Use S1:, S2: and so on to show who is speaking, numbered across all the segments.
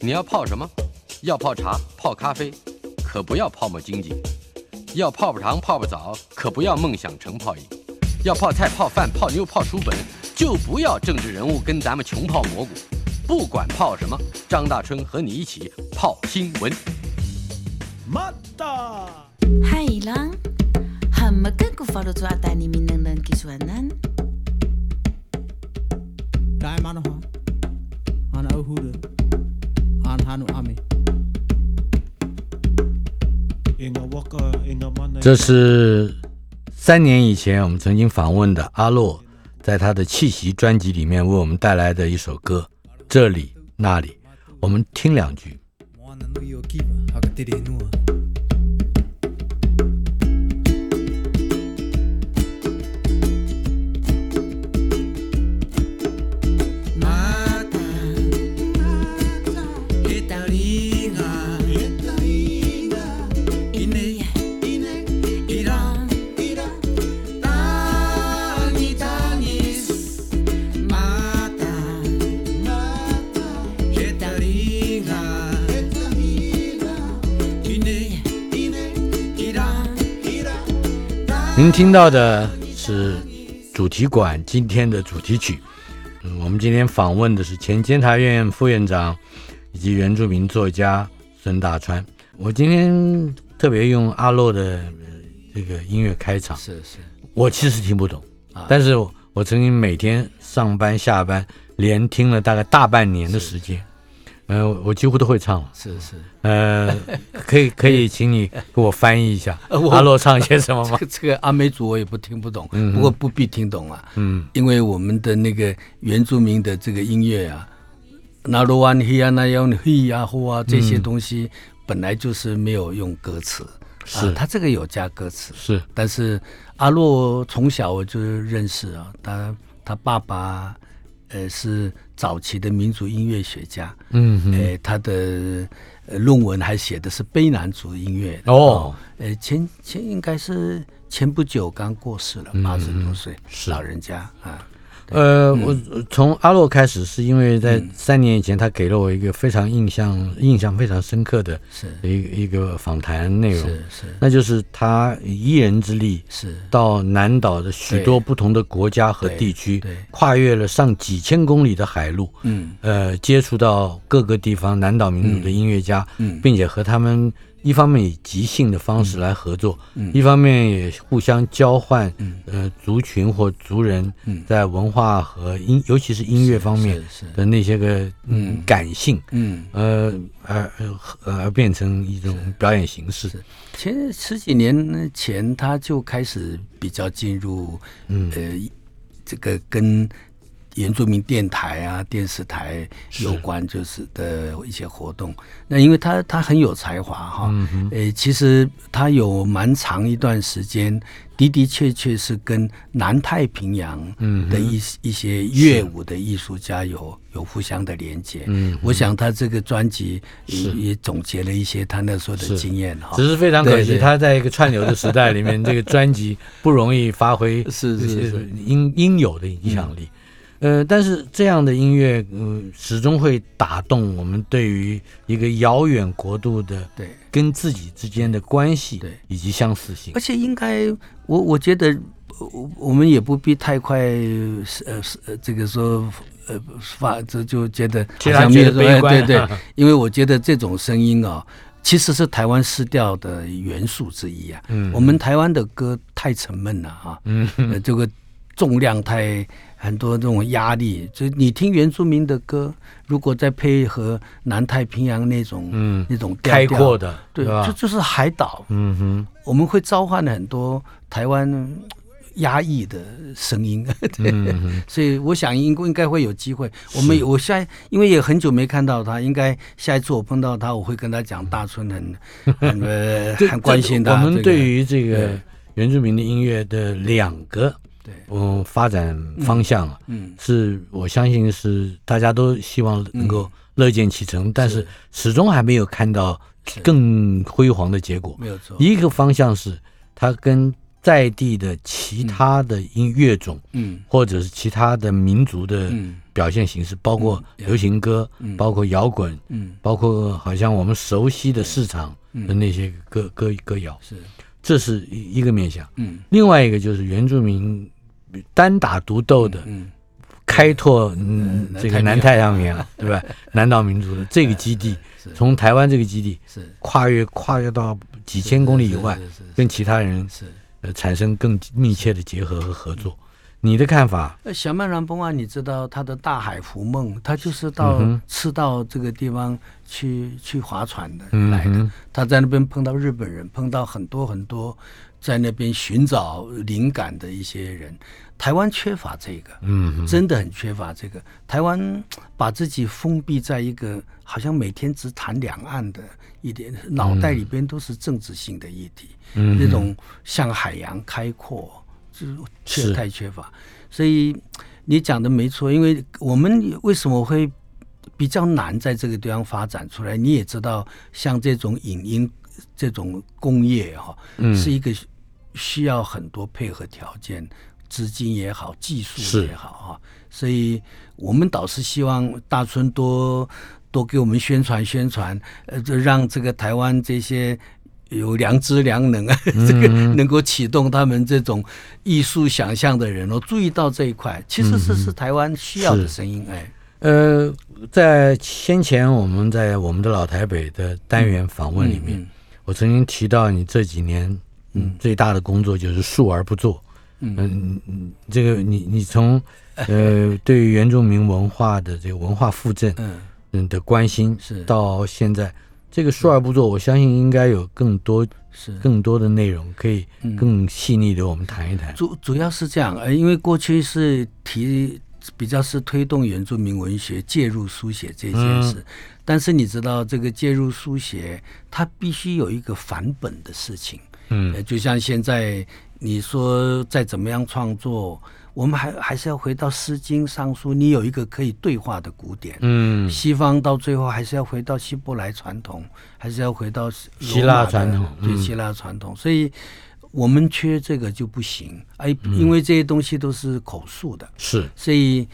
S1: 你要泡什么？要泡茶、泡咖啡，可不要泡沫经济；要泡泡糖、泡泡澡，可不要梦想成泡影；要泡菜、泡饭、泡妞、泡书本，就不要政治人物跟咱们穷泡蘑菇。不管泡什么，张大春和你一起泡新闻。
S2: Mata!
S3: Hai lang, hamakan ko faro tu atani minang lang kisuanan.
S4: Dai manoha. An auhuda. An hanu ame.
S2: E ngā waka, e ngā mana,
S5: 这是三年以前我们曾经访问的阿洛，在他的《气息》专辑里面为我们带来的一首歌《这里那里》，我们听两句。
S6: Moana nui o kiwa, haka tere henua. Mata, e taringa,
S3: Ini,
S6: ira, tangi tangis. Mata, e taringa, ine, ira,
S5: 您听到的是主题馆今天的主题曲。嗯，我们今天访问的是前监察院副院长以及原住民作家孙大川。我今天特别用阿洛的呃这个音乐开场，
S6: 是啊是，
S5: 我其实听不懂，但是我我曾经每天上班下班连听了大概大半年的时间，呃，我我几乎都会唱了。
S6: 是是，
S5: 呃，可以可以， 请你给我翻译一下
S6: 我
S5: 阿洛唱些什么
S6: 这
S5: 吗？
S6: 个这个阿美族我也不听不懂，不过不必听懂啊，
S5: 嗯，
S6: 因为我们的那个原住民的这个音乐啊，那罗湾黑啊、那样黑呀、呼啊这些东西，本来就是没有用歌词，
S5: 是
S6: 啊，他这个有加歌词，
S5: 是
S6: 但是阿洛从小我就认识啊，他他爸爸呃是早期的民族音乐学家，
S5: 嗯哼
S6: 呃，他的呃论文还写的是卑南族音乐
S5: 哦，
S6: 呃，前前应该是前不久刚过世了，八十多岁
S5: 嗯是
S6: 老人家啊，
S5: 呃，我呃从阿洛开始，是因为在
S6: 嗯
S5: 三年以前，他给了我一个非常印象、印象非常深刻的
S6: 是
S5: 一个一个访谈内容，
S6: 是是
S5: 那就是他以一人之力
S6: 是
S5: 到南岛的许多
S6: 对
S5: 不同的国家和
S6: 对
S5: 地区
S6: 对，
S5: 跨越了上几千公里的海路，
S6: 嗯
S5: 呃，接触到各个地方南岛民族的音乐家，
S6: 嗯
S5: 并且和他们一方面以即兴的方式来合作，
S6: 嗯
S5: 一方面也互相交换，呃，族群或族人
S6: 嗯
S5: 在文化和音，尤其是音乐方面
S6: 是是
S5: 的那些个嗯感性，
S6: 嗯。
S5: 呃，而而而变成一种表演形式。
S6: 前十几年前，他就开始比较进入，呃，这个跟原住民电台啊、电视台有关，就是的一些活动。那因为他他很有才华哈，呃，其实他有蛮长一段时间，的的确确是跟南太平洋的一、一些乐舞的艺术家有有互相的连接。嗯，我想他这个专辑也也总结了一些他那时候的经验哈。
S5: 只是非常可
S6: 对
S5: 惜，
S6: 对
S5: 他在一个串流的时代里 面，这个专辑不容易发挥
S6: 是是是
S5: 这些应应有的影响力。呃，但是这样的音乐，嗯、始终会打动我们对于一个遥远国度的
S6: 对
S5: 跟自己之间的关系，
S6: 对
S5: 以及相似性
S6: 而。且应该，我我觉得，我我们也不必太快，呃，是呃这个说，呃，发这就觉得
S5: 其实
S6: 好像
S5: 他觉
S6: 没有
S5: 得
S6: 说
S5: 悲
S6: 哎
S5: 观
S6: 对对， 因为我觉得这种声音啊、其实是台湾市调的元素之一啊。嗯，我们台湾的歌太沉闷了啊，嗯、呃，这个重量太很多这种压力，就你听原住民的歌，如果再配合南太平洋那种
S5: 嗯
S6: 那种调
S5: 开
S6: 调啊
S5: 阔的，
S6: 对，
S5: 吧？
S6: 这就是海岛，
S5: 嗯哼，
S6: 我们会召唤很多台湾嗯压抑的声音， 对，
S5: 嗯
S6: 所以我想应应该会有机会。我们我下因为也很久没看到他，应该下一次我碰到他，我会跟他讲大春 很很呃
S5: 这
S6: 很关心
S5: 这
S6: 他。
S5: 我们对于这
S6: 这
S5: 个
S6: 个
S5: 原住民的音乐的两个
S6: 这个对
S5: 嗯发展方向啊，
S6: 嗯
S5: 是我相信是大家都希望能
S6: 嗯
S5: 够乐见其成，但是始终还没有看到更辉煌的结果。
S6: 没有错，
S5: 一个方向是它跟在地的其他的音乐种，
S6: 嗯
S5: 或者是其他的民族的
S6: 嗯
S5: 表现形式，包括流行歌，包括摇滚，
S6: 嗯
S5: 包括好像我们熟悉的市场的那些歌歌歌谣，
S6: 是
S5: 这是一一个面向。
S6: 嗯
S5: 另外一个就是原住民单打独斗的
S6: 嗯
S5: 开拓，嗯，这
S6: 南
S5: 个
S6: 太平
S5: 南
S6: 洋
S5: 太平洋 洋，对吧？南岛民族的这个基地，
S6: 是
S5: 从台湾这个基地
S6: 是
S5: 跨越跨越到几千公里以外
S6: 是，是是
S5: 跟其他人
S6: 是。嗯
S5: 呃产生更密切的结合和合作。你的看法？
S6: 呃，小曼兰崩啊，你知道他的大海浮梦，他就是到
S5: 嗯哼
S6: 赤道这个地方去去划船的
S5: 嗯
S6: 来的
S5: 哼。
S6: 他在那边碰到日本人，碰到很多很多在那边寻找灵感的一些人。台湾缺乏这个，
S5: 嗯
S6: 真的很缺乏这个。台湾把自己封闭在一个好像每天只谈两岸的一点，脑袋里边都是政治性的议题，
S5: 嗯
S6: 那种向海洋开阔，就是
S5: 是
S6: 缺太缺乏。所以你讲的没错，因为我们为什么会比较难在这个地方发展出来？你也知道，像这种影音这种工业哈、
S5: 嗯
S6: 是一个需需要很多配合条件，资金也好，技术
S5: 是
S6: 也好哈、所以我们倒是希望大春多多给我们宣传宣传，呃，就让这个台湾这些。有良知良能啊，
S5: 嗯
S6: 这个能够启动他们这种艺术想象的人哦，注意到这一块，其实是是台湾需要的
S5: 嗯是
S6: 声音，哎，
S5: 呃，在先前我们在我们的老台北的单元访问里面，
S6: 嗯
S5: 我曾经提到你这几年，嗯，最大的工作就是述而不作。嗯嗯嗯，这个你你 从呃对于原住民文化的这个文化附赠
S6: 嗯，
S5: 嗯的关心，
S6: 是嗯
S5: 到现在这个述而不作，我相信应该有更多
S6: 是嗯
S5: 更多的内容可以更细腻的我们谈一谈。
S6: 主主要是这样，呃，因为过去是提比较是推动原住民文学介入书写这件事，但是你知道这个介入书写，它必须有一个返本的事情，
S5: 嗯
S6: 呃，就像现在你说再怎么样创作，我们还还是要回到《诗经》《尚书》，你有一个可以对话的古典，
S5: 嗯，
S6: 西方到最后还是要回到希伯来传统，还是要回到罗马的
S5: 希腊传统
S6: 对
S5: 嗯
S6: 希腊传统，所以我们缺这个就不行。哎，
S5: 嗯
S6: 因为这些东西都是口述的，
S5: 是
S6: 所以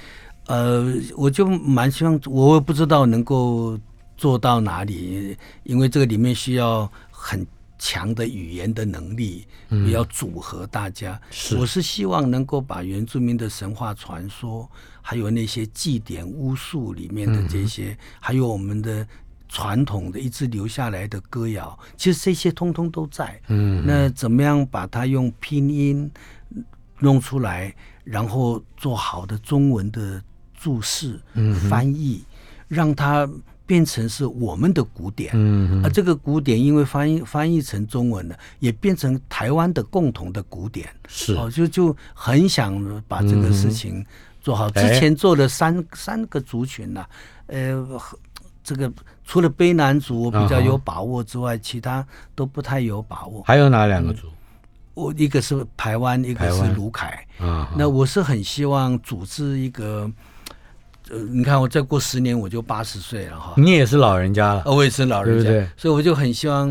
S6: 呃，我就蛮希望，我不知道能够做到哪里，因为这个里面需要很强的语言的能力，也要组合大家。
S5: 是
S6: 我是希望能够把原住民的神话传说，还有那些祭典巫术里面的这些，还有我们的。传统的一直留下来的歌谣，其实这些通通都在。嗯，那怎么样把它用拼音弄出来，然后做好的中文的注释、
S5: 嗯
S6: 翻译，让它变成是我们的古典。
S5: 嗯
S6: 啊，这个古典因为翻译翻译成中文了，也变成台湾的共同的古典。
S5: 是
S6: 哦，就就很想把这个事情做好。
S5: 哎
S6: 之前做了三三个族群呐、呃，和这个除了卑南族我比较有把握之
S5: 啊
S6: 外，其他都不太有把握。
S5: 还有哪两个
S6: 嗯
S5: 族
S6: 我一个是台湾，一个
S5: 台
S6: 是
S5: 湾
S6: 卢凯。
S5: 啊？
S6: 那我是很希望组织一个，呃，你看我再过十年我就八十岁了哈。
S5: 你也是老人家了，
S6: 呃，我也是老人家，
S5: 嗯对不对
S6: 所以我就很希望，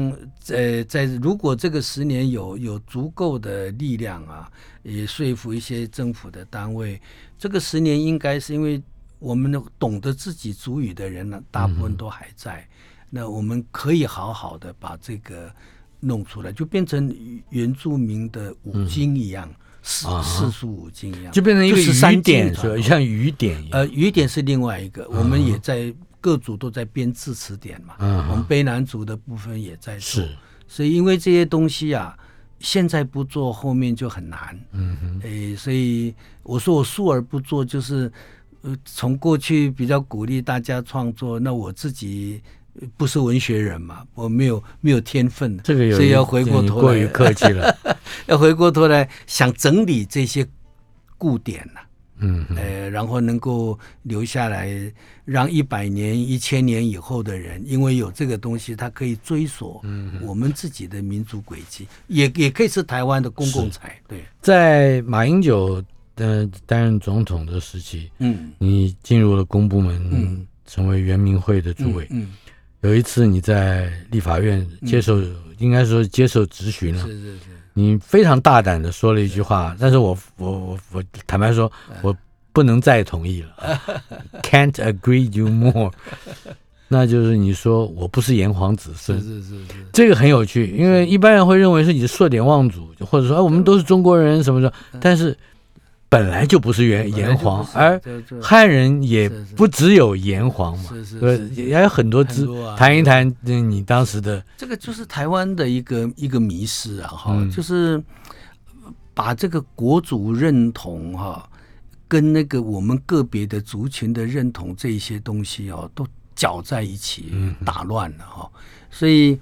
S6: 呃，在如果这个十年有有足够的力量啊，也说服一些政府的单位，这个十年应该是因为我们懂得自己主语的人呢、大部分都还在，
S5: 嗯
S6: 那我们可以好好的把这个弄出来，就变成原住民的五经一样，四
S5: 啊
S6: 四书五经一样，
S5: 就变成一个
S6: 是三
S5: 雨点
S6: 经
S5: 是
S6: 传
S5: 吧？
S6: 统
S5: 像雨点一样。
S6: 呃，雨点是另外一个，我
S5: 啊
S6: 们也在各组都在编制词典嘛，
S5: 嗯
S6: 我们卑南族的部分也在做
S5: 是，
S6: 所以因为这些东西啊，现在不做后面就很难，嗯哼，诶，所以我说我述而不做，就是呃，从过去比较鼓励大家创作，那我自己。呃不是文学人嘛，我没有没有天分，
S5: 这个有
S6: 所以
S5: 一
S6: 要回过
S5: 你
S6: 头来，
S5: 过于客气 了。
S6: 要回过头来想整理这些固点啊呐、
S5: 嗯，
S6: 呃，然后能够留下来，让一百年、一千年以后的人，因为有这个东西，他可以追溯我们自己的民族轨迹，也也可以是台湾的公共财，对，
S5: 在马英九呃担任总统的时期，
S6: 嗯
S5: 你进入了公部门
S6: 嗯，
S5: 成为原民会的主委。
S6: 嗯
S5: 有一次你在立法院接受，应该说接受质询了，
S6: 是是是，
S5: 你非常大胆的说了一句话，但是我我我我坦白说，我不能再同意了，Can't agree you more，那就是你说我不是炎黄子孙
S6: 是，是是是，
S5: 这个很有趣，因为一般人会认为是你是硕典望族，或者说、哎、我们都是中国人什么的，但是本来就不是炎炎黄，哎而
S6: 这这
S5: 汉人也
S6: 是是
S5: 不只有炎黄嘛，
S6: 是是
S5: 对
S6: 是，
S5: 也有很多
S6: 很
S5: 支。
S6: 多啊
S5: 谈一谈呃你当时的，
S6: 这个就是台湾的一个一个迷失啊，哈、
S5: 嗯
S6: 就是把这个国族认同哈、跟那个我们个别的族群的认同这一些东西哦、都搅在一起，
S5: 嗯
S6: 打乱了哈、所以。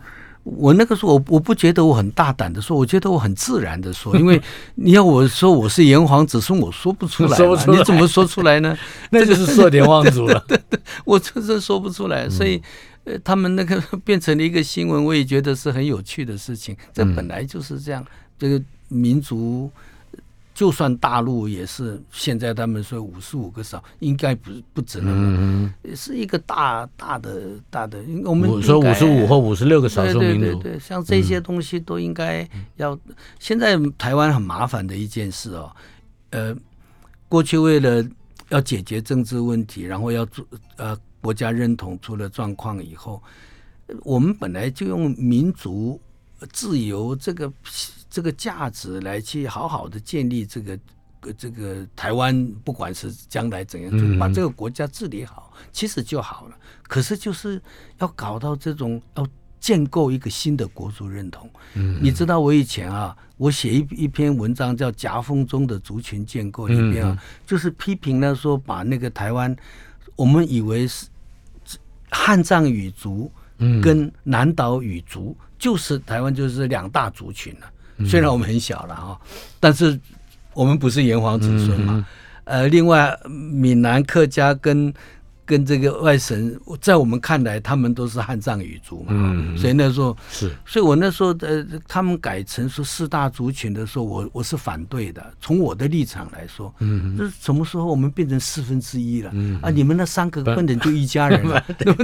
S6: 我那个时候，我我不觉得我很大胆的说，我觉得我很自然的说，因为你要我说我是炎黄子孙，我说不出来嘛，
S5: 说不出来
S6: 你怎么说出来呢？
S5: 那 就是硕典望族了。
S6: 我真是说不出来，所
S5: 嗯
S6: 以。呃，他们那个 变成了一个新闻，我也觉得是很有趣的事情。这
S5: 嗯
S6: 本来就是这样，这个民族，就算大陆也是，现在他们说五十五个省，应该不不止那么，
S5: 嗯，
S6: 是一个大大的大的。因为我们
S5: 我说
S6: 应该
S5: 五十五或五十六个少数民
S6: 对对
S5: 族嗯
S6: 对，对，像这些东西都应该要。现在台湾很麻烦的一件事哦，呃，过去为了要解决政治问题，然后要做呃国家认同出了状况以后，呃我们本来就用民族呃自由这个这个价值来去好好的建立这个。呃这个台湾不管是将来怎样，就把这个国家治理好，其实就好了。可是就是要搞到这种要建构一个新的国族认同。嗯，你知道我以前啊，我写一一篇文章叫《夹缝中的族群建构》里边啊，就是批评呢说把那个台湾，我们以为是汉藏语族
S5: 嗯
S6: 跟南岛语族，就是台湾就是两大族群了、
S5: 嗯
S6: 虽然我们很小了哈，但是我们不是炎黄子
S5: 嗯
S6: 孙嘛。呃，另外闽南客家跟跟这个外省，在我们看来，他们都是汉藏语族嘛。哦
S5: 嗯
S6: 所以那时候
S5: 是
S6: 所以我那时候呃，他们改成说四大族群的时候，我我是反对的。从我的立场来说，嗯，这什么时候我们变成四分之一了？
S5: 嗯
S6: 啊，你们那三个根本就一家人 了，对不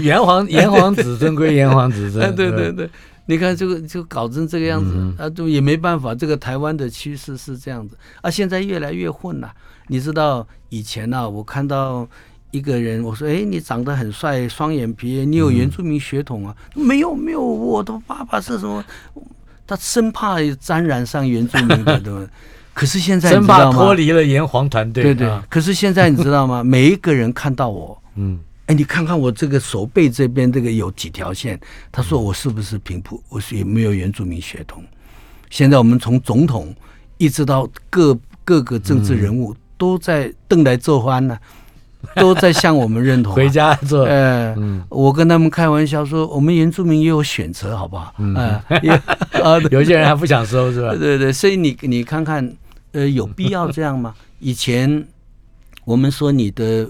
S5: 炎黄炎黄子孙归炎黄子 孙，
S6: 哎，
S5: 嗯
S6: 对对对，你看这个就搞成这个样子、啊，就也没办法，这个台湾的趋势是这样子啊，现在越来越混了。你知道以前呢、我看到一个人，我说：“哎，你长得很帅，双眼皮，你有
S5: 嗯
S6: 原住民血统啊？”没有没有，我的爸爸是什么？他生怕沾染上原住民的，对 吧？可是现在你
S5: 生
S6: 知道
S5: 怕
S6: 吗
S5: 脱离了炎黄团队，
S6: 对对
S5: 啊，
S6: 可是现在你知道吗？ 每一个人看到我，
S5: 嗯，
S6: 哎，你看看我这个手背这边这个有几条线，他
S5: 嗯
S6: 说我是不是平埔？我是有没有原住民血统？现在我们从总统一直到各各个政治人
S5: 嗯
S6: 物都在邓来做欢呢、都在向我们认同啊、
S5: 回家嗯做
S6: 呃，我跟他们开玩笑说，我们原住民也有选择，好不好？嗯，也啊，对
S5: 有些人还不想收是吧
S6: 对？对对，所以你你看看，呃，有必要这样吗？ 以前我们说你的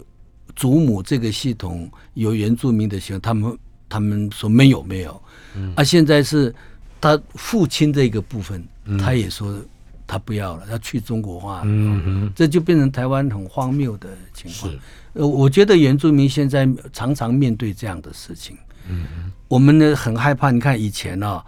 S6: 祖母这个系统有原住民的血统，他们他们说没有没有，
S5: 嗯
S6: 啊，现在是他父亲这个部分，他也说他不要了，他去中国化了，
S5: 嗯嗯，
S6: 这就变成台湾很荒谬的情况。呃，我觉得原住民现在常常面对这样的事情。嗯，我们呢很害怕。你看以前啊，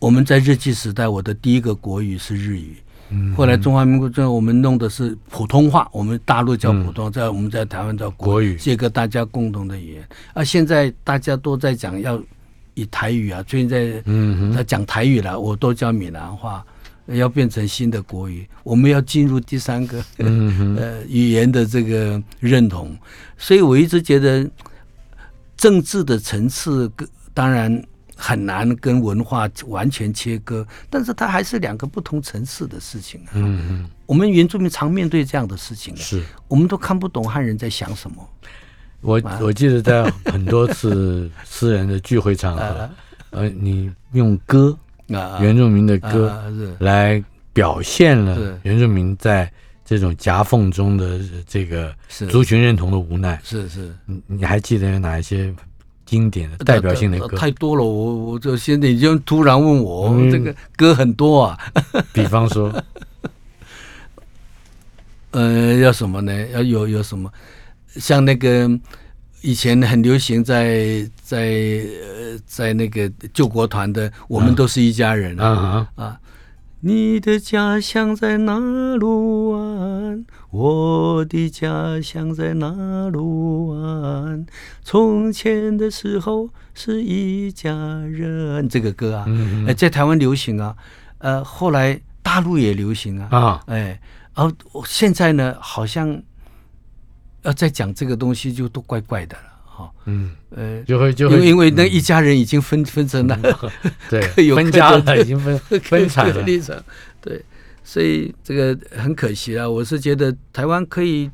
S6: 我们在日记时代，我的第一个国语是日语。嗯，后来中华民国之后，我们弄的是普通话，我们大陆叫普通，在我们在台湾叫
S5: 嗯国语
S6: 这个大家共同的语言。啊，现在大家都在讲要以台语啊，最近在嗯他讲台语了，我都叫闽南话，要变成新的国语，我们要进入第三个、
S5: 嗯
S6: 呃语言的这个认同，所以我一直觉得政治的层次跟当然很难跟文化完全切割，但是它还是两个不同层次的事情、啊。嗯嗯，我们原住民常面对这样的事情、啊，
S5: 是。
S6: 我们都看不懂汉人在想什么。
S5: 我我记得在很多次私人的聚会场合，呃，你用歌，
S6: 啊
S5: 原住民的
S6: 啊
S5: 歌
S6: 是
S5: 来表现了
S6: 是
S5: 原住民在这种夹缝中的呃这个
S6: 是
S5: 族群认同的无奈。
S6: 是是，
S5: 你你还记得有哪一些经典的代表性的歌？
S6: 呃太多了。我我就现在已经突然问我、
S5: 嗯
S6: 这个歌很多啊，
S5: 比方 说，
S6: 呃，要什么呢？要有有什么？像那个以前很流行在在呃在那个救国团的，我们都是一家人
S5: 啊哈，
S6: 啊。你的家乡在哪路湾？我的家乡在哪路湾？从前的时候是一家人。这个歌啊，
S5: 嗯
S6: 呃，在台湾流行啊，呃，后来大陆也流行啊，
S5: 啊，
S6: 哎，然后我现在呢，好像要再讲这个东西就都怪怪的了哈、
S5: 嗯，
S6: 呃，
S5: 就会就嗯
S6: 因为
S5: 会
S6: 因为那一家人已经分分成了 各
S5: 对
S6: 有
S5: 分
S6: 各
S5: 家
S6: 的
S5: 了，已经分分产
S6: 各
S5: 了
S6: 立场，对，所以这个很可惜啊。我是觉得台湾可以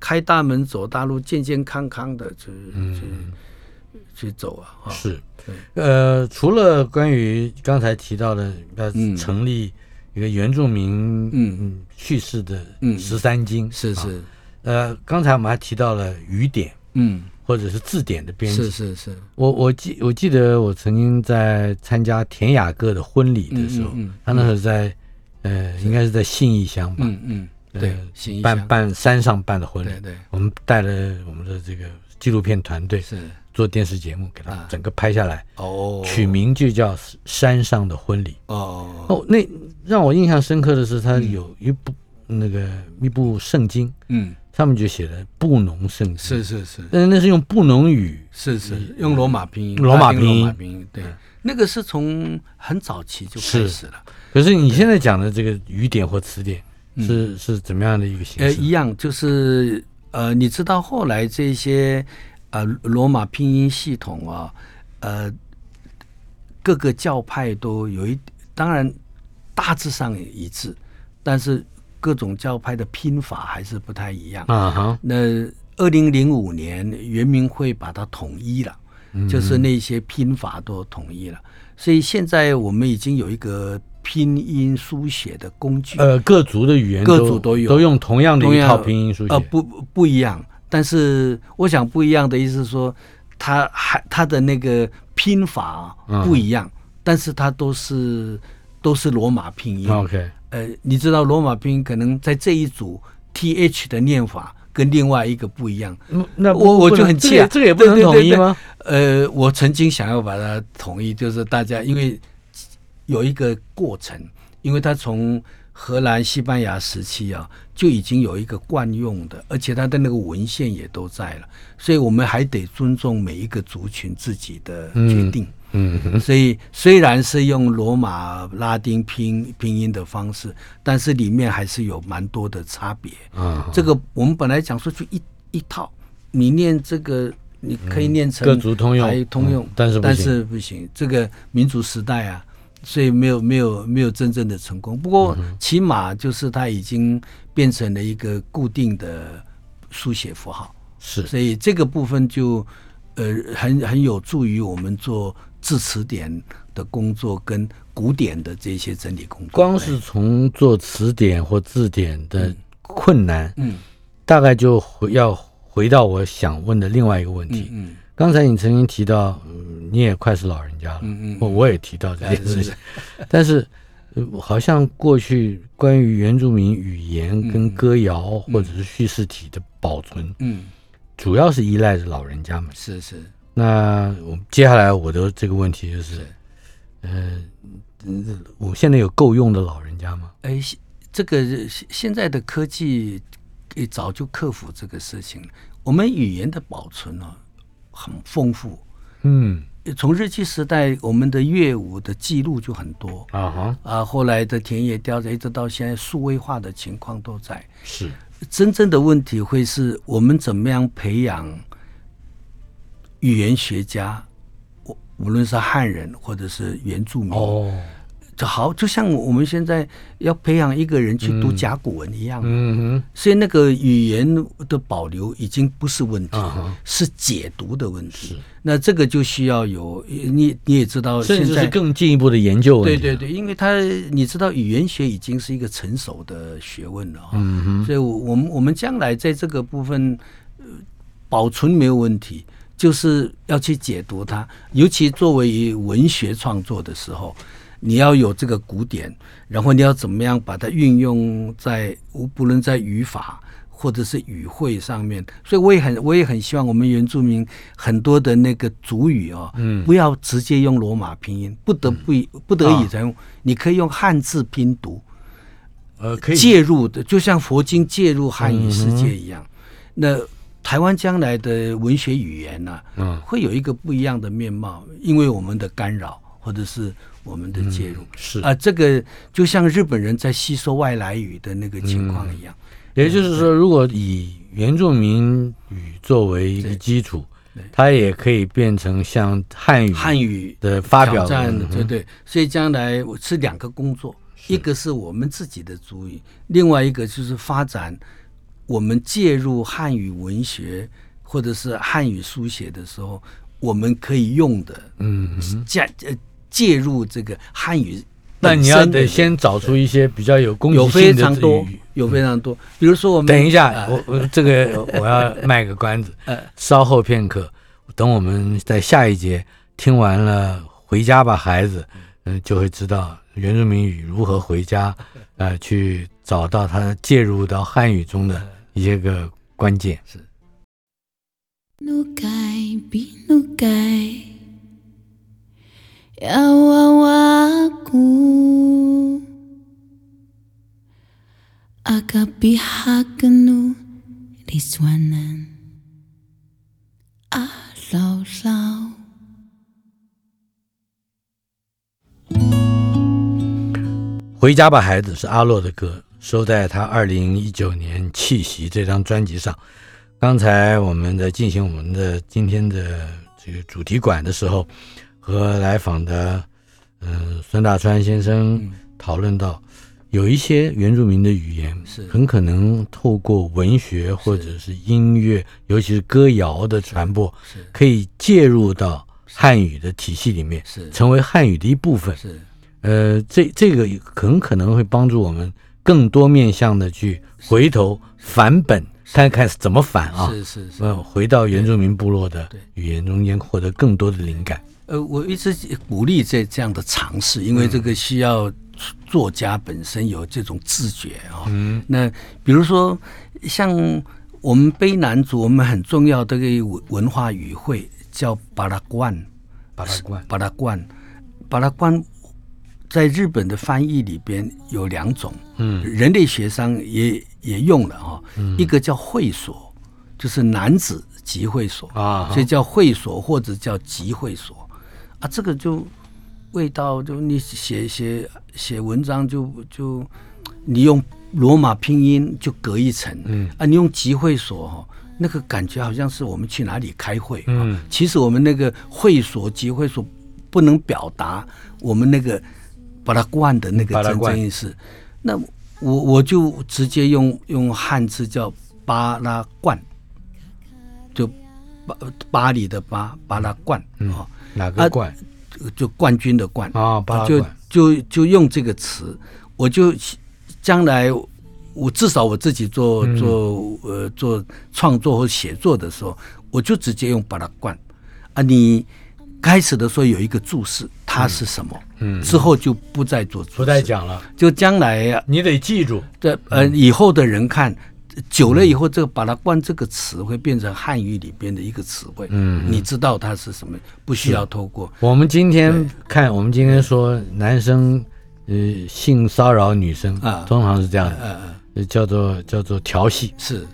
S6: 开大门走大路，健健康康的去、
S5: 嗯
S6: 去去走啊，哈、
S5: 是
S6: 对，
S5: 呃，除了关于刚才提到的要
S6: 嗯
S5: 成立一个原住民
S6: 嗯
S5: 叙事的
S6: 嗯
S5: 十三经，
S6: 是
S5: 啊
S6: 是，
S5: 呃，刚才我们还提到了语典
S6: 嗯，
S5: 或者是字典的编
S6: 是
S5: 辑。
S6: 是是，
S5: 我我记我记得我曾经在参加田雅各的婚礼的时候，
S6: 嗯嗯嗯
S5: 他那时候在呃应该是在信义乡吧，
S6: 嗯嗯，对，行一
S5: 办
S6: 下，
S5: 办山上办的婚礼，
S6: 对对
S5: 我们带了我们的这个纪录片团队
S6: 是
S5: 做电视节目，给他
S6: 啊
S5: 整个拍下来，
S6: 哦，
S5: 取名就叫《山上的婚礼》。
S6: 哦，
S5: 哦，那让我印象深刻的是，他有一部、那个一部圣经，
S6: 嗯，
S5: 上面就写了布农圣经，
S6: 是，是是
S5: 但是那是用布农语，
S6: 是是，用罗马拼音，
S5: 嗯罗马
S6: 拉丁
S5: 拼音
S6: 罗马拼音，对，那个是从很早期就开始了，
S5: 可是你现在讲的这个语典或词典是、是怎么样的一个形
S6: 嗯呃，
S5: 式？
S6: 一样就是呃，你知道后来这些呃罗马拼音系统啊，呃，各个教派都有一，当然大致上一致，但是各种教派的拼法还是不太一样
S5: 啊哈，
S6: 那二零零五年圆明会把它统一了，
S5: 嗯
S6: 就是那些拼法都统一了，所以现在我们已经有一个拼音书写的工具，
S5: 呃，各族的语言
S6: 各
S5: 都
S6: 族都有
S5: 都用同样的
S6: 同
S5: 一
S6: 样
S5: 套拼音书写，
S6: 呃，不不一样。但是我想不一样的意思是说，它还它的那个拼法啊
S5: 嗯
S6: 不一样，但是它都是都是罗马拼音。
S5: OK，
S6: 呃，你知道罗马拼音可能在这一组 T H 的念法跟另外一个不一样。
S5: 嗯那不
S6: 我我
S5: 不
S6: 就
S5: 能
S6: 很
S5: 这
S6: 气
S5: 个
S6: 啊，
S5: 这个也不能
S6: 对
S5: 统一吗？？
S6: 对对呃，我曾经想要把它统一，就是大家因为有一个过程，因为它从荷兰、西班牙时期啊就已经有一个惯用的，而且它的那个文献也都在了，所以我们还得尊重每一个族群自己的决定。
S5: 嗯哼，
S6: 所以虽然是用罗马拉丁拼拼音的方式，但是里面还是有蛮多的差别。
S5: 啊，
S6: 这个我们本来讲说就一一套，你念这个你可以念成
S5: 嗯各族通用
S6: 还通用
S5: 嗯，但是不
S6: 但
S5: 行
S6: 是不行，这个民族时代啊，所以没有没有没有真正的成功。
S5: 嗯
S6: 不过起码就是它已经变成了一个固定的书写符号，
S5: 是
S6: 所以这个部分就呃很很有助于我们做字词典的工作跟古典的这些整理工作。
S5: 光是从做词典或字典的困难，
S6: 嗯
S5: 大概就回要回到我想问的另外一个问题。
S6: 嗯
S5: 刚才你曾经提到，嗯你也快是老人家了，
S6: 嗯嗯
S5: 我我也提到这件事
S6: 哎
S5: 情
S6: 是是，
S5: 但是、呃好像过去关于原住民语言跟歌谣或者是叙事体的保存，
S6: 嗯，
S5: 主要是依赖着老人家们。
S6: 是是
S5: 那我们接下来我的这个问题就是
S6: 是，
S5: 呃，嗯我现在有够用的老人家吗？
S6: 哎，现这个现现在的科技呃早就克服这个事情了。我们语言的保存呢、很丰富，
S5: 嗯
S6: 呃从日据时代我们的乐舞的记录就很多
S5: 啊哈，
S6: 啊，后来的田野调查一直到现在数位化的情况都在。
S5: 是
S6: 真正的问题会是我们怎么样培养语言学家，无无论是汉人或者是原住民
S5: 哦，
S6: 就好，就像我们现在要培养一个人去读甲骨文一样，
S5: 嗯
S6: 所以那个语言的保留已经不是问题，
S5: 啊哈
S6: 是解读的问题。那这个就需要有你你也知道，
S5: 哼，甚
S6: 现
S5: 至
S6: 在
S5: 是更进一步的研究问
S6: 对
S5: 题。啊
S6: 对对，因为它你知道语言学已经是一个成熟的学问了、哦，嗯所以我我们我们将来在这个部分、呃保存没有问题，就是要去解读它，尤其作为文学创作的时候。你要有这个古典，然后你要怎么样把它运用在，无不论在语法或者是语汇上面，所以我也很我也很希望我们原住民很多的那个族语哦，嗯，不要直接用罗马拼音，不得不不得已才用，你可以用汉字拼读，
S5: 呃，可以
S6: 介入的，就像佛经介入汉语世界一样。那台湾将来的文学语言呢、
S5: 嗯
S6: 会有一个不一样的面貌，因为我们的干扰或者是我们的介入。
S5: 嗯是
S6: 啊、这个就像日本人在吸收外来语的那个情况
S5: 嗯
S6: 一样。
S5: 也
S6: 嗯
S5: 就是说，如果以原住民语作为一个基础，它也可以变成像汉语
S6: 汉语
S5: 的嗯发表
S6: 挑战
S5: 嗯
S6: 的，
S5: 哼
S6: 对对。所以将来我是两个工作，一个是我们自己的主语，另外一个就是发展我们介入汉语文学或者是汉语书写的时候，我们可以用的，嗯，加呃介入这个汉语
S5: 那
S6: 本
S5: 你
S6: 身
S5: 要
S6: 的。
S5: 得先找出一些比较有攻
S6: 有
S5: 击
S6: 非
S5: 性的
S6: 常多
S5: 语，嗯
S6: 有非常多。比如说我们
S5: 等一下，
S6: 啊
S5: 我我这 个我要卖个关子
S6: 呃，
S5: 稍后片刻，等我们在下一节听完了《回家吧，孩子》，嗯，就会知道原住民语如何回家，
S6: 嗯
S5: 呃，去找到它介入到汉语中
S6: 嗯
S5: 的一些个关键。
S3: Nukai binukai yawawaku akapihaknu riswanan Ah, alaulau
S5: 回家吧，孩子是阿洛的歌，收在他二零一九年《气息》这张专辑上。刚才我们在进行我们的今天的这个主题馆的时候，和来访的嗯、孙大川先生讨论到，有一些原住民的语言
S6: 是
S5: 很可能透过文学或者是音乐，尤其是歌谣的传播，
S6: 是
S5: 可以介入到汉语的体系里面，
S6: 是
S5: 成为汉语的一部分。
S6: 是
S5: 呃，这这个很可能会帮助我们更多面向的去回头返本，看看是怎么返啊，
S6: 是是是。
S5: 嗯，回到原住民部落的
S6: 对
S5: 语言中间，获得更多的灵感。
S6: 呃，我一直鼓励这这样的尝试，因为这个需要作家本身有这种自觉啊、嗯，那比如说像我们卑南族，我们很重要的一个文文化语汇叫巴拉冠，
S5: 巴拉罐
S6: 巴拉冠，巴拉冠在日本的翻译里边有两种，嗯，人类学上也也用了哈、一个叫会所，就是男子集会所
S5: 啊
S6: 所以叫会所或者叫集会所啊，这个就味道就你写写写文章就就你用罗马拼音就隔一层，嗯啊，你用集会所哈、那个感觉好像是我们去哪里开会、啊，嗯，其实我们那个会所集会所不能表达我们那个把它灌的那个
S5: 巴拉
S6: 真
S5: 罐
S6: 正意思，那我我就直接用用汉字叫巴拉罐，就巴巴黎的巴巴拉罐哦，
S5: 哪个罐
S6: 就冠军的冠
S5: 啊？巴拉
S6: 就
S5: 罐
S6: 就就用这个词，我就将来我至少我自己做做呃做创作和写作的时候，我就直接用巴拉罐啊，你开始的时候有一个注释，它是什么，嗯，之后就不再做注释，
S5: 不再，讲了，
S6: 就将来啊
S5: 你得记住。
S6: 这呃以后的人看。久了以后，这个“巴拉罐”这个词会变成汉语里边的一个词汇。嗯，你知道它是什么，不需要透过。
S5: 我们今天看，我们今天说男生呃性骚扰女生
S6: 啊
S5: 通常是这样的，
S6: 呃，呃
S5: 呃叫做叫做调戏，
S6: 是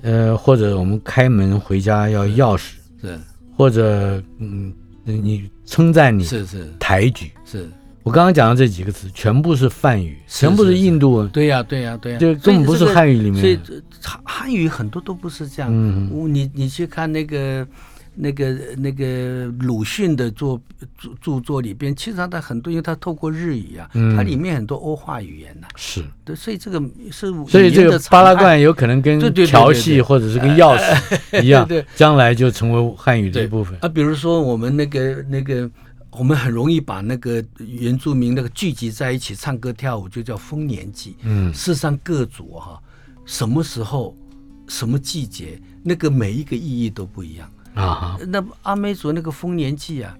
S5: 呃，或者我们开门回家要钥匙，
S6: 是
S5: 或者嗯，你称赞你
S6: 是是
S5: 抬举。
S6: 是，
S5: 我刚刚讲的这几个词，全部是梵语，
S6: 是
S5: 全部是印度文，
S6: 对呀对呀对呀，
S5: 这
S6: 所以
S5: 根本不
S6: 这
S5: 是
S6: 个
S5: 汉语里面
S6: 所以
S5: 的。
S6: 这汉汉语很多都不是这样。
S5: 嗯
S6: 我你你去看那个那个那个鲁迅的作著著作里边，其实他的很多，因为他透过日语啊，
S5: 嗯
S6: 它里面很多欧化语言呐、
S5: 是，
S6: 对，所以这个是
S5: 所以
S6: 语言
S5: 这
S6: 的
S5: 个
S6: 常
S5: 巴拉
S6: 态
S5: 罐有可能
S6: 对
S5: 跟
S6: 对对对
S5: 调
S6: 对
S5: 戏
S6: 对
S5: 或者是跟钥匙一样
S6: 对对，
S5: 将来就成为汉语的
S6: 对
S5: 一部分。
S6: 啊，比如说我们那个那个，我们很容易把那个原住民那个聚集在一起唱歌跳舞，就叫丰年祭。
S5: 嗯
S6: 事实上各族哈、什么时候、什么季节，那个每一个意义都不一样。
S5: 啊哈，
S6: 那阿美族那个丰年祭啊，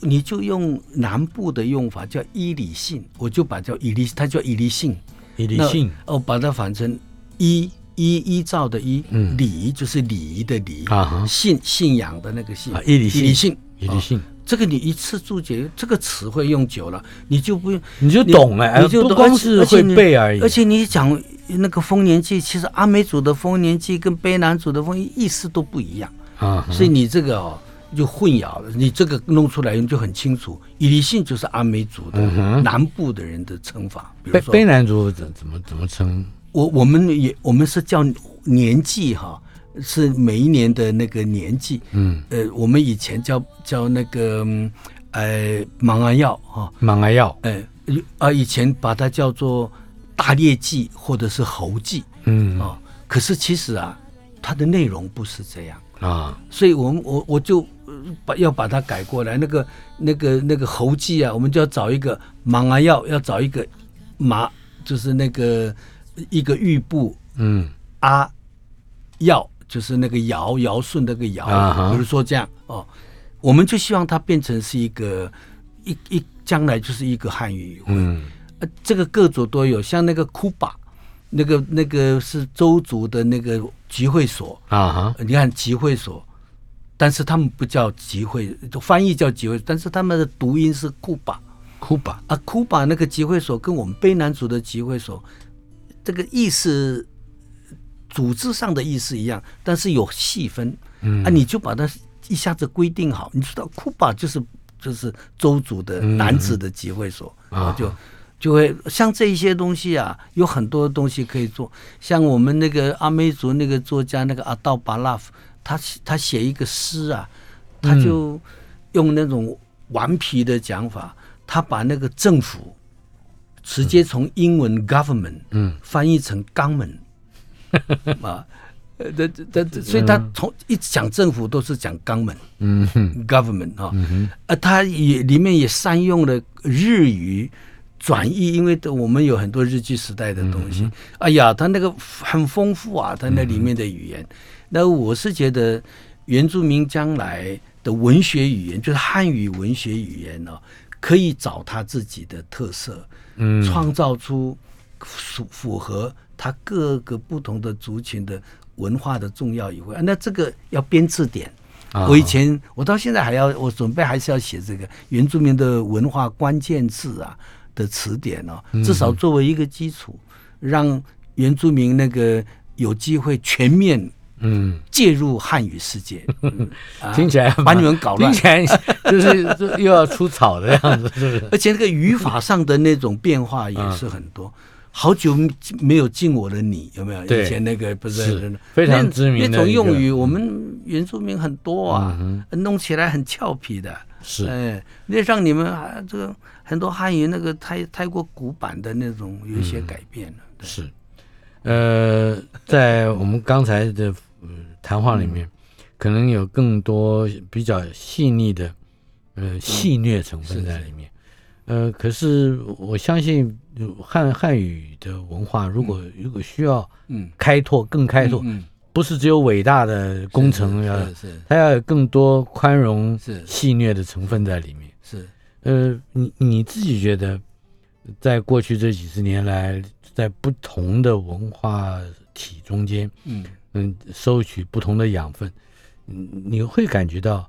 S6: 你就用南部的用法叫伊里信，我就把叫伊里，它叫伊里信。
S5: 以理
S6: 那
S5: 性
S6: 哦，把它反成一依依照的依，礼就是礼仪的礼
S5: 嗯啊哈，
S6: 信信仰的那个信
S5: 啊，一理性，
S6: 理性，
S5: 一理性
S6: 哦这个你一次注解，这个词汇用久了，你就不用，
S5: 你就懂哎
S6: 你就懂
S5: 不光是
S6: 而且
S5: 会背而已
S6: 而且你讲那个丰年祭，其实阿美族的丰年祭跟卑南族的丰年意思都不一样，
S5: 啊，
S6: 所以你这个哦就混淆了，你这个弄出来你就很清楚，以理性就是阿美族的、南部的人的称法，比如
S5: 嗯卑
S6: 说
S5: 卑南族怎怎么怎么称？
S6: 我我们也我们是叫年纪哈，是每一年的那个年纪。嗯，呃，我们以前叫叫那个嗯呃芒安药哈，
S5: 马来药，
S6: 呃啊以前把它叫做大猎祭或者是猴祭
S5: 嗯
S6: 哦。可是其实啊，它的内容不是这样，
S5: 啊，
S6: 所以我们我我就呃把要把它改过来。那个那个那个猴祭啊，我们就要找一个芒安药，要找一个麻，就是那个一个玉部。
S5: 嗯
S6: 啊，尧就是那个尧尧舜那个尧
S5: 啊哈，
S6: 比如说这样哦，我们就希望它变成是一个一一将来就是一个汉语语汇。
S5: 嗯
S6: 呃，这个各族都有，像那个库巴，那个那个是周族的那个集会所，
S5: 啊哈，
S6: 呃你看集会所。但是他们不叫集会，就翻译叫集会，但是他们的读音是库巴
S5: 库巴
S6: 啊，库巴那个集会所跟我们卑南族的集会所，这个意思组织上的意思一样，但是有细分，嗯、啊，你就把它一下子规定好，你知道库巴就是就是周族的男子的集会所，嗯啊，就就会像这一些东西啊，有很多东西可以做，像我们那个阿美族那个作家那个阿道巴拉夫，他他写一个诗啊，他就用那种顽皮的讲法，他把那个政府。直接从英文 government 嗯翻译成肛 门啊，呃，这这这，所以他从一讲政府都是讲肛门，嗯，government 哈、呃，他也里面也善用了日语转译，因为我们有很多日据时代的东西，哎呀，他那个很丰富啊，他那里面的语言，那我是觉得原住民将来的文学语言，就是汉语文学语言呢、可以找他自己的特色，嗯，创造出符符合他各个不同的族群的文化的重要语汇。啊那这个要编字典。
S5: 啊
S6: 我以前，我到现在还要，我准备还是要写这个原住民的文化关键字啊的词典哦，
S5: 嗯
S6: 至少作为一个基础，让原住民那个有机会全面
S5: 嗯，
S6: 介入汉语 世界，嗯啊
S5: 听起来
S6: 把你们搞乱
S5: 听。起来就是 就又要出草的样子，是不是？
S6: 而且那个语法上的那种变化也是很 多。好久没有敬我的你，有没有？
S5: 啊对
S6: 以前那个不是
S5: 是
S6: 那种
S5: 非常知名的
S6: 那那种
S5: 一个嗯
S6: 用语，我们原住民很多啊，弄起来很俏皮的。
S5: 是
S6: 哎，那让你们啊，这个很多汉语那个太太过古板的那种有一些改变了。对
S5: 是，呃，在我们刚才的呃谈话里面，
S6: 嗯
S5: 可能有更多比较细腻的呃戏谑成分在里面。呃，可是我相信呃汉汉语的文化，如果、如果需要
S6: 嗯
S5: 开拓更开拓，
S6: 嗯，
S5: 不是只有伟大的工程啊要，
S6: 是是
S5: 它要有更多宽容、
S6: 是
S5: 戏谑的成分在里面。
S6: 是
S5: 呃，你你自己觉得，在过去这几十年来，在不同的文化体中间，
S6: 嗯。
S5: 嗯，收取不同的养分，嗯，你会感觉到，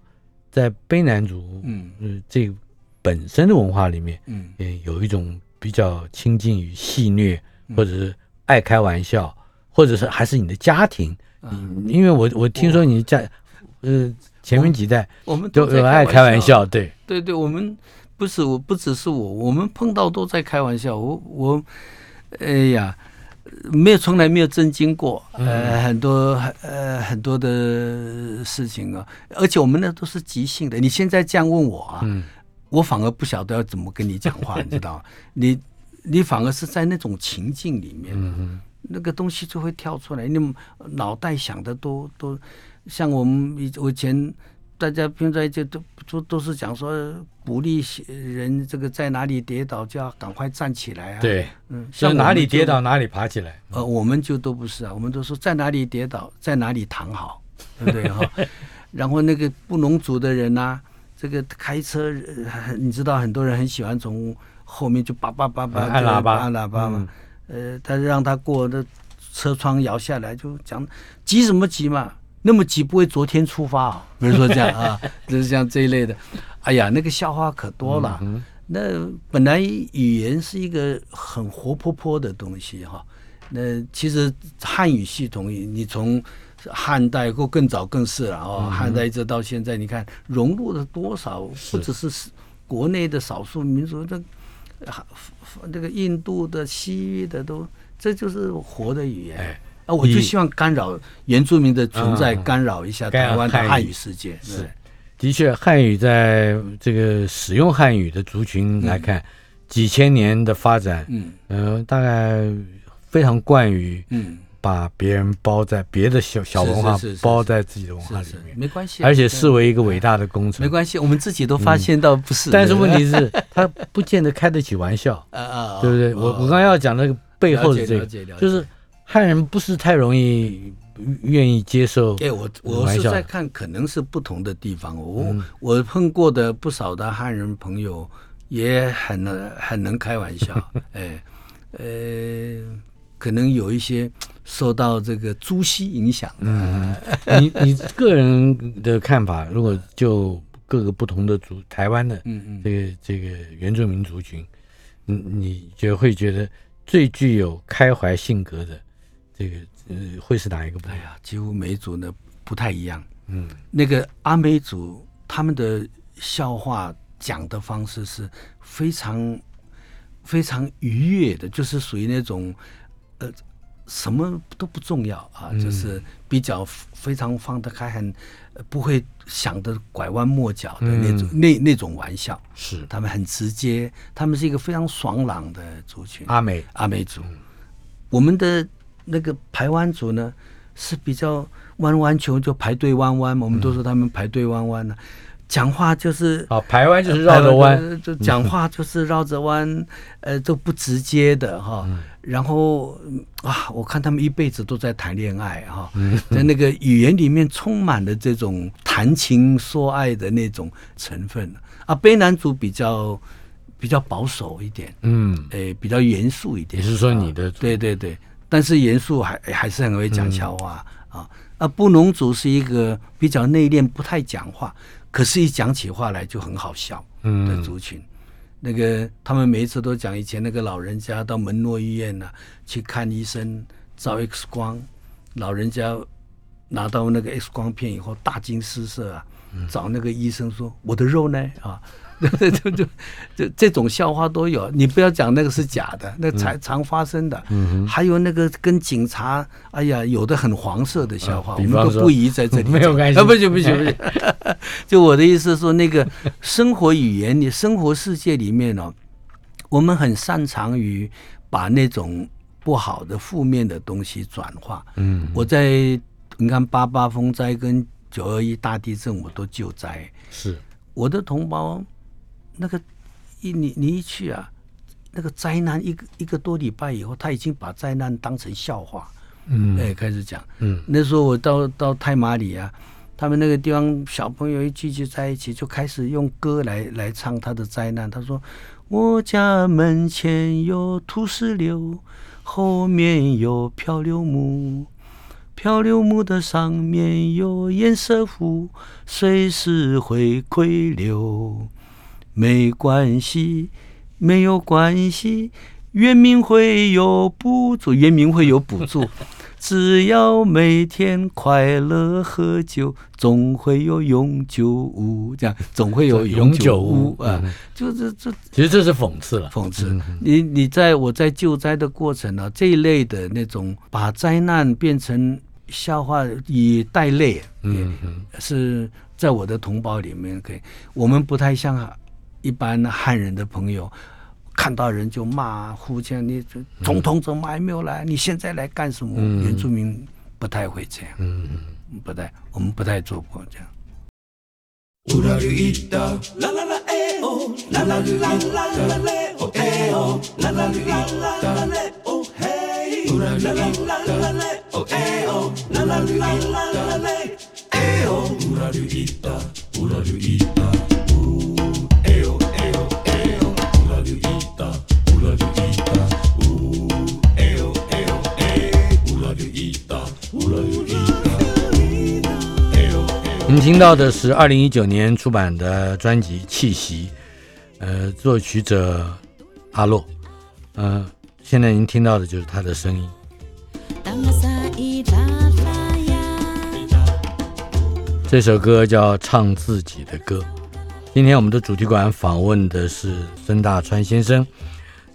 S5: 在卑南族，
S6: 嗯
S5: 呃，这个本身的文化里面，
S6: 嗯
S5: 呃，有一种比较亲近于戏谑，
S6: 嗯
S5: 或者是爱开玩笑，或者是还是你的家庭，
S6: 啊
S5: 嗯，因为我我听说你家，呃，前面几代
S6: 我们
S5: 都
S6: 都在
S5: 有爱开玩
S6: 啊
S5: 笑，对，
S6: 对对，我们不是我，不只是我，我们碰到都在开玩笑。我我，哎呀，没有从来没有震惊过，呃，很多呃很多的事情啊，而且我们那都是即兴的。你现在这样问我啊，我反而不晓得要怎么跟你讲话，你知道吗？你你反而是在那种情境里面，那个东西就会跳出来，你们脑袋想的都都像我们以我以前大家平常就都都都是讲说鼓励人这个在哪里跌倒就要赶快站起来啊，，
S5: 对。
S6: 嗯，
S5: 像
S6: 像
S5: 哪
S6: 我
S5: 里
S6: 们就
S5: 跌倒哪里爬起来。
S6: 呃，我们就都不是啊，我们都说在哪里跌倒，在哪里躺好， 对不对 哈？然后那个布农族的人呐、啊这个开车，呃你知道很多人很喜欢从后面就叭叭叭叭
S5: 按喇叭嗯
S6: 呃按喇叭嘛，呃，他让他过，那车窗摇下来，就讲急什么急嘛，那么急不会昨天出发 啊？比如说这样啊，就是像这一类的，哎呀，那个笑话可多了。
S5: 嗯
S6: 那本来语言是一个很活泼泼的东西哈、那其实汉语系统，你从汉代或更早更是了哦，
S5: 嗯
S6: 汉代一直到现在，你看融入了多少，不只是国内的少数民族，这啊这个印度的、西域的都，这就是活的语言。啊，我就
S5: 以
S6: 希望干扰原住民的存在，
S5: 哎嗯
S6: 干扰一下
S5: 干扰
S6: 台湾的
S5: 汉语
S6: 汉语世界。是
S5: 的确，汉语在这个使用汉语的族群来看，几千年的发展，
S6: 嗯
S5: 呃，大概非常惯于
S6: 嗯，
S5: 把别人包在别的小小文化
S6: 是是是
S5: 包在自己的文化
S6: 是
S5: 里
S6: 是
S5: 面，，
S6: 没关系啊，
S5: 而且
S6: 对
S5: 视为一个伟大的工程。
S6: 没关系，我们自己都发现到不是。
S5: 嗯但是
S6: 对
S5: 问题是， 他不见得开得起玩笑，
S6: 啊啊，
S5: 对不对？我我刚刚要讲那个背后的这
S6: 了
S5: 个
S6: 解了解了，解
S5: 就是汉人不是太容易愿意接受。
S6: 哎，我我
S5: 玩
S6: 是
S5: 笑嗯
S6: 在看，可能是不同的地方。我、我碰过的不少的汉人朋友也很能很能开 玩笑，哎，呃，可能有一些受到这个朱熹影响的，
S5: 嗯你你个人的看法，如果就各个不同的族，台湾的
S6: 嗯嗯，
S5: 这个这个原住民族群，你你就会觉得最具有开怀性格的这个呃，会是哪一个部
S6: 哎
S5: 分？
S6: 呀，几乎每一组呢不太一样。
S5: 嗯，
S6: 那个阿美族他们的笑话讲的方式是非常非常愉悦的，就是属于那种呃什么都不重要啊，
S5: 嗯
S6: 就是比较非常放得开，很呃不会想的拐弯抹角的那种、那那种玩笑。
S5: 嗯是
S6: 他们很直接，他们是一个非常爽朗的族群。
S5: 阿美，
S6: 阿美族。
S5: 嗯
S6: 我们的那个排湾族呢，是比较弯弯球，就排队弯弯嘛，我们都说他们排队弯弯呢、讲话哦就是
S5: 好，台湾就是绕着
S6: 呃
S5: 弯，嗯
S6: 呃就讲话就是绕着弯，呃，都不直接的哈。然后嗯啊，我看他们一辈子都在谈恋爱哈，
S5: 嗯
S6: 在那个语言里面充满了这种谈情说爱的那种成分啊。卑南族比较比较保守一点，
S5: 嗯，
S6: 诶、比较严肃一点。
S5: 也是说你的
S6: 啊对对对，但是严肃还还是很会讲笑话、啊。啊，布农族是一个比较内敛、不太讲话，可是一讲起话来就很好笑的族群。那个他们每一次都讲，以前那个老人家到门诺医院呢、啊去看医生，照 X 光，老人家拿到那个 X 光片以后大惊失色啊，找那个医生说我的肉呢啊。 就就就就这种笑话都有，你不要讲那个是假的，那
S5: 嗯
S6: 常常发生的。还有那个跟警察，哎呀，有的很黄色的笑话，
S5: 啊
S6: 我
S5: 比
S6: 们
S5: 方
S6: 都
S5: 说
S6: 不宜在这里讲。
S5: 没有关系哎
S6: 啊，不行不行不行。就我的意思是说，那个生活语言，你生活世界里面哦，我们很擅长于把那种不好的、负面的东西转化。嗯，我在你看八八风灾跟九二一大地震，我都救灾。
S5: 是
S6: 我的同胞，那个一你你一去啊，那个灾难一个一个多礼拜以后，他已经把灾难当成笑话，嗯，哎，开始讲，嗯，那时候我到到泰马里啊，他们那个地方小朋友一聚集在一起，就开始用歌来来唱他的灾难。他说：“我家门前有土石流，后面有漂流木。”漂流木的上面有堰塞湖，随时会溃流。没关系，没有关系，圆明会有补助，圆明会有补 助。只要每天快乐喝酒，总会有永久屋，这样总会有
S5: 永
S6: 永
S5: 久
S6: 久
S5: 屋
S6: 屋啊！就是这
S5: 其实这是讽刺了，
S6: 讽刺。你你在我在救灾的过程呢、这一类的那种把灾难变成笑话以带泪，嗯，是在我的同胞里面可以。我们不太像一般汉人的朋友。看到人就骂，互相你这总统怎么还没有来？你现在来干什么？原住民不太会这样，嗯，不太，我们不太做过这样。
S5: 们听到的是二零一九年出版的专辑《气息》，呃，作曲者阿洛，呃，现在您听到的就是他的声音。这首歌叫《唱自己的歌》。今天我们的主题馆访问的是孙大川先生。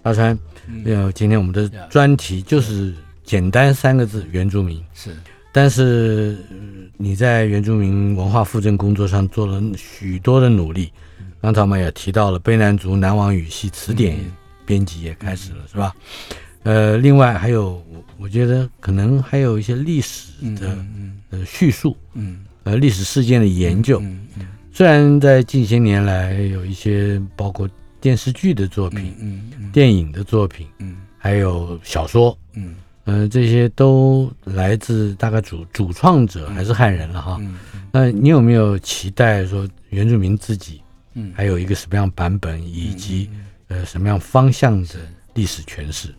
S5: 大川，
S6: 嗯
S5: 呃，今天我们的专题就是简单三个字——原住民。
S6: 是
S5: 但是呃你在原住民文化复振工作上做了许多的努力。
S6: 嗯
S5: 刚才我们也提到了卑南族南王语系词典编辑也开始了，是吧？呃，另外还有，我我觉得可能还有一些历史的、呃叙述，
S6: 嗯
S5: 呃历史事件的研究。
S6: 嗯嗯
S5: 虽然在近些年来有一些包括电视剧的作品、
S6: 嗯嗯
S5: 电影的作品，
S6: 嗯
S5: 还有小说，
S6: 嗯
S5: 呃，这些都来自大概主主创者还是汉人了哈。
S6: 嗯
S5: 那你有没有期待说原住民自己
S6: 嗯，
S5: 还有一个什么样版本，以及呃什么样方向的历史诠释？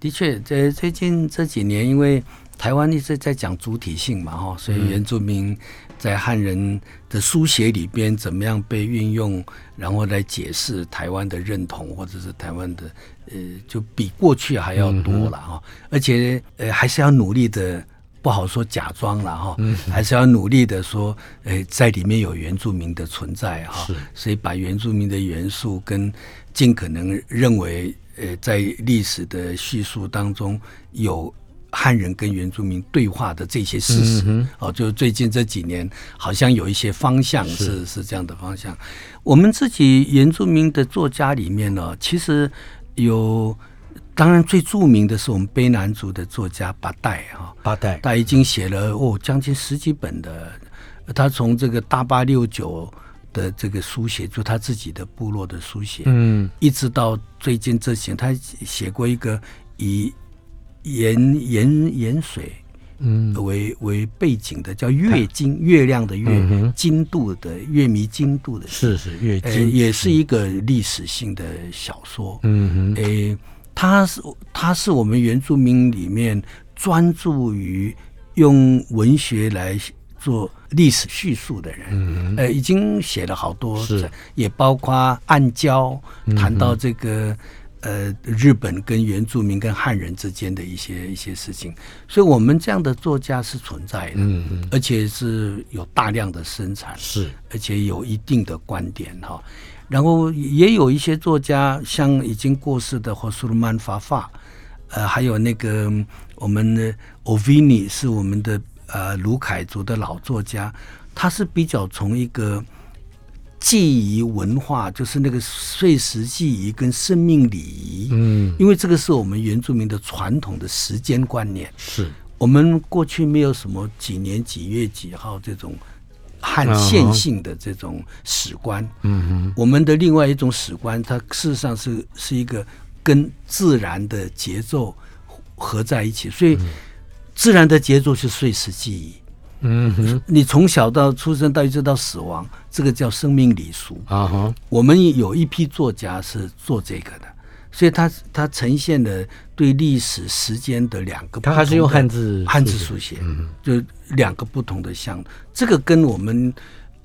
S6: 的确，这最近这几年，因为台湾一直在讲主体性嘛，哈，所以原住民在汉人的书写里边怎么样被运用，然后来解释台湾的认同或者是台湾的，呃，就比过去还要多了哈、而且呃还是要努力的。不好说假装了哈，还是要努力的说，呃，在里面有原住民的存在哈，
S5: 是
S6: 所以把原住民的元素跟尽可能认为，呃，在历史的叙述当中有汉人跟原住民对话的这些事实，哦，就最近这几年好像有一些方向是是这样的方向。我们自己原住民的作家里面呢、其实有，当然最著名的是我们卑南族的作家巴代哈、
S5: 八代
S6: 他已经写了哦将近十几本的，他从这个大八六九的这个书写，就他自己的部落的书写，
S5: 嗯
S6: 一直到最近这些，他写过一个以盐盐盐水
S5: 嗯
S6: 为为背景的，叫月经月亮的月
S5: 嗯哼，
S6: 经度的月迷经度的，
S5: 是是月
S6: 呃，
S5: 经，
S6: 也是一个历史性的小说，
S5: 嗯哼
S6: 诶，他是他是我们原住民里面专注于用文学来做历史叙述的人，
S5: 嗯
S6: 呃，已经写了好多
S5: 是，嗯
S6: 也包括暗礁，谈到这个。呃，日本跟原住民跟汉人之间的一些一些事情，所以我们这样的作家是存在的，
S5: 嗯嗯
S6: 而且是有大量的生产，
S5: 是
S6: 而且有一定的观点哈。然后也有一些作家，像已经过世的霍苏鲁曼法法，呃，还有那个嗯我们的 Ovini 是我们的呃卢凯族的老作家，他是比较从一个记忆文化，就是那个碎石记忆跟生命礼仪，
S5: 嗯
S6: 因为这个是我们原住民的传统的时间观念，
S5: 是
S6: 我们过去没有什么几年几月几号这种汉线性的这种史观。
S5: 嗯哼。
S6: 我们的另外一种史观，它事实上是是一个跟自然的节奏合在一起，所以自然的节奏是碎石记忆。
S5: 嗯哼
S6: 你从小到出生到一直到死亡，这个叫生命礼俗。
S5: 啊哈，
S6: 我们有一批作家是做这个的，所以他他呈现了对历史时间的两个不同的，
S5: 他还是用嗯汉字
S6: 汉字
S5: 书写
S6: 书写，就两个不同的项。这个跟我们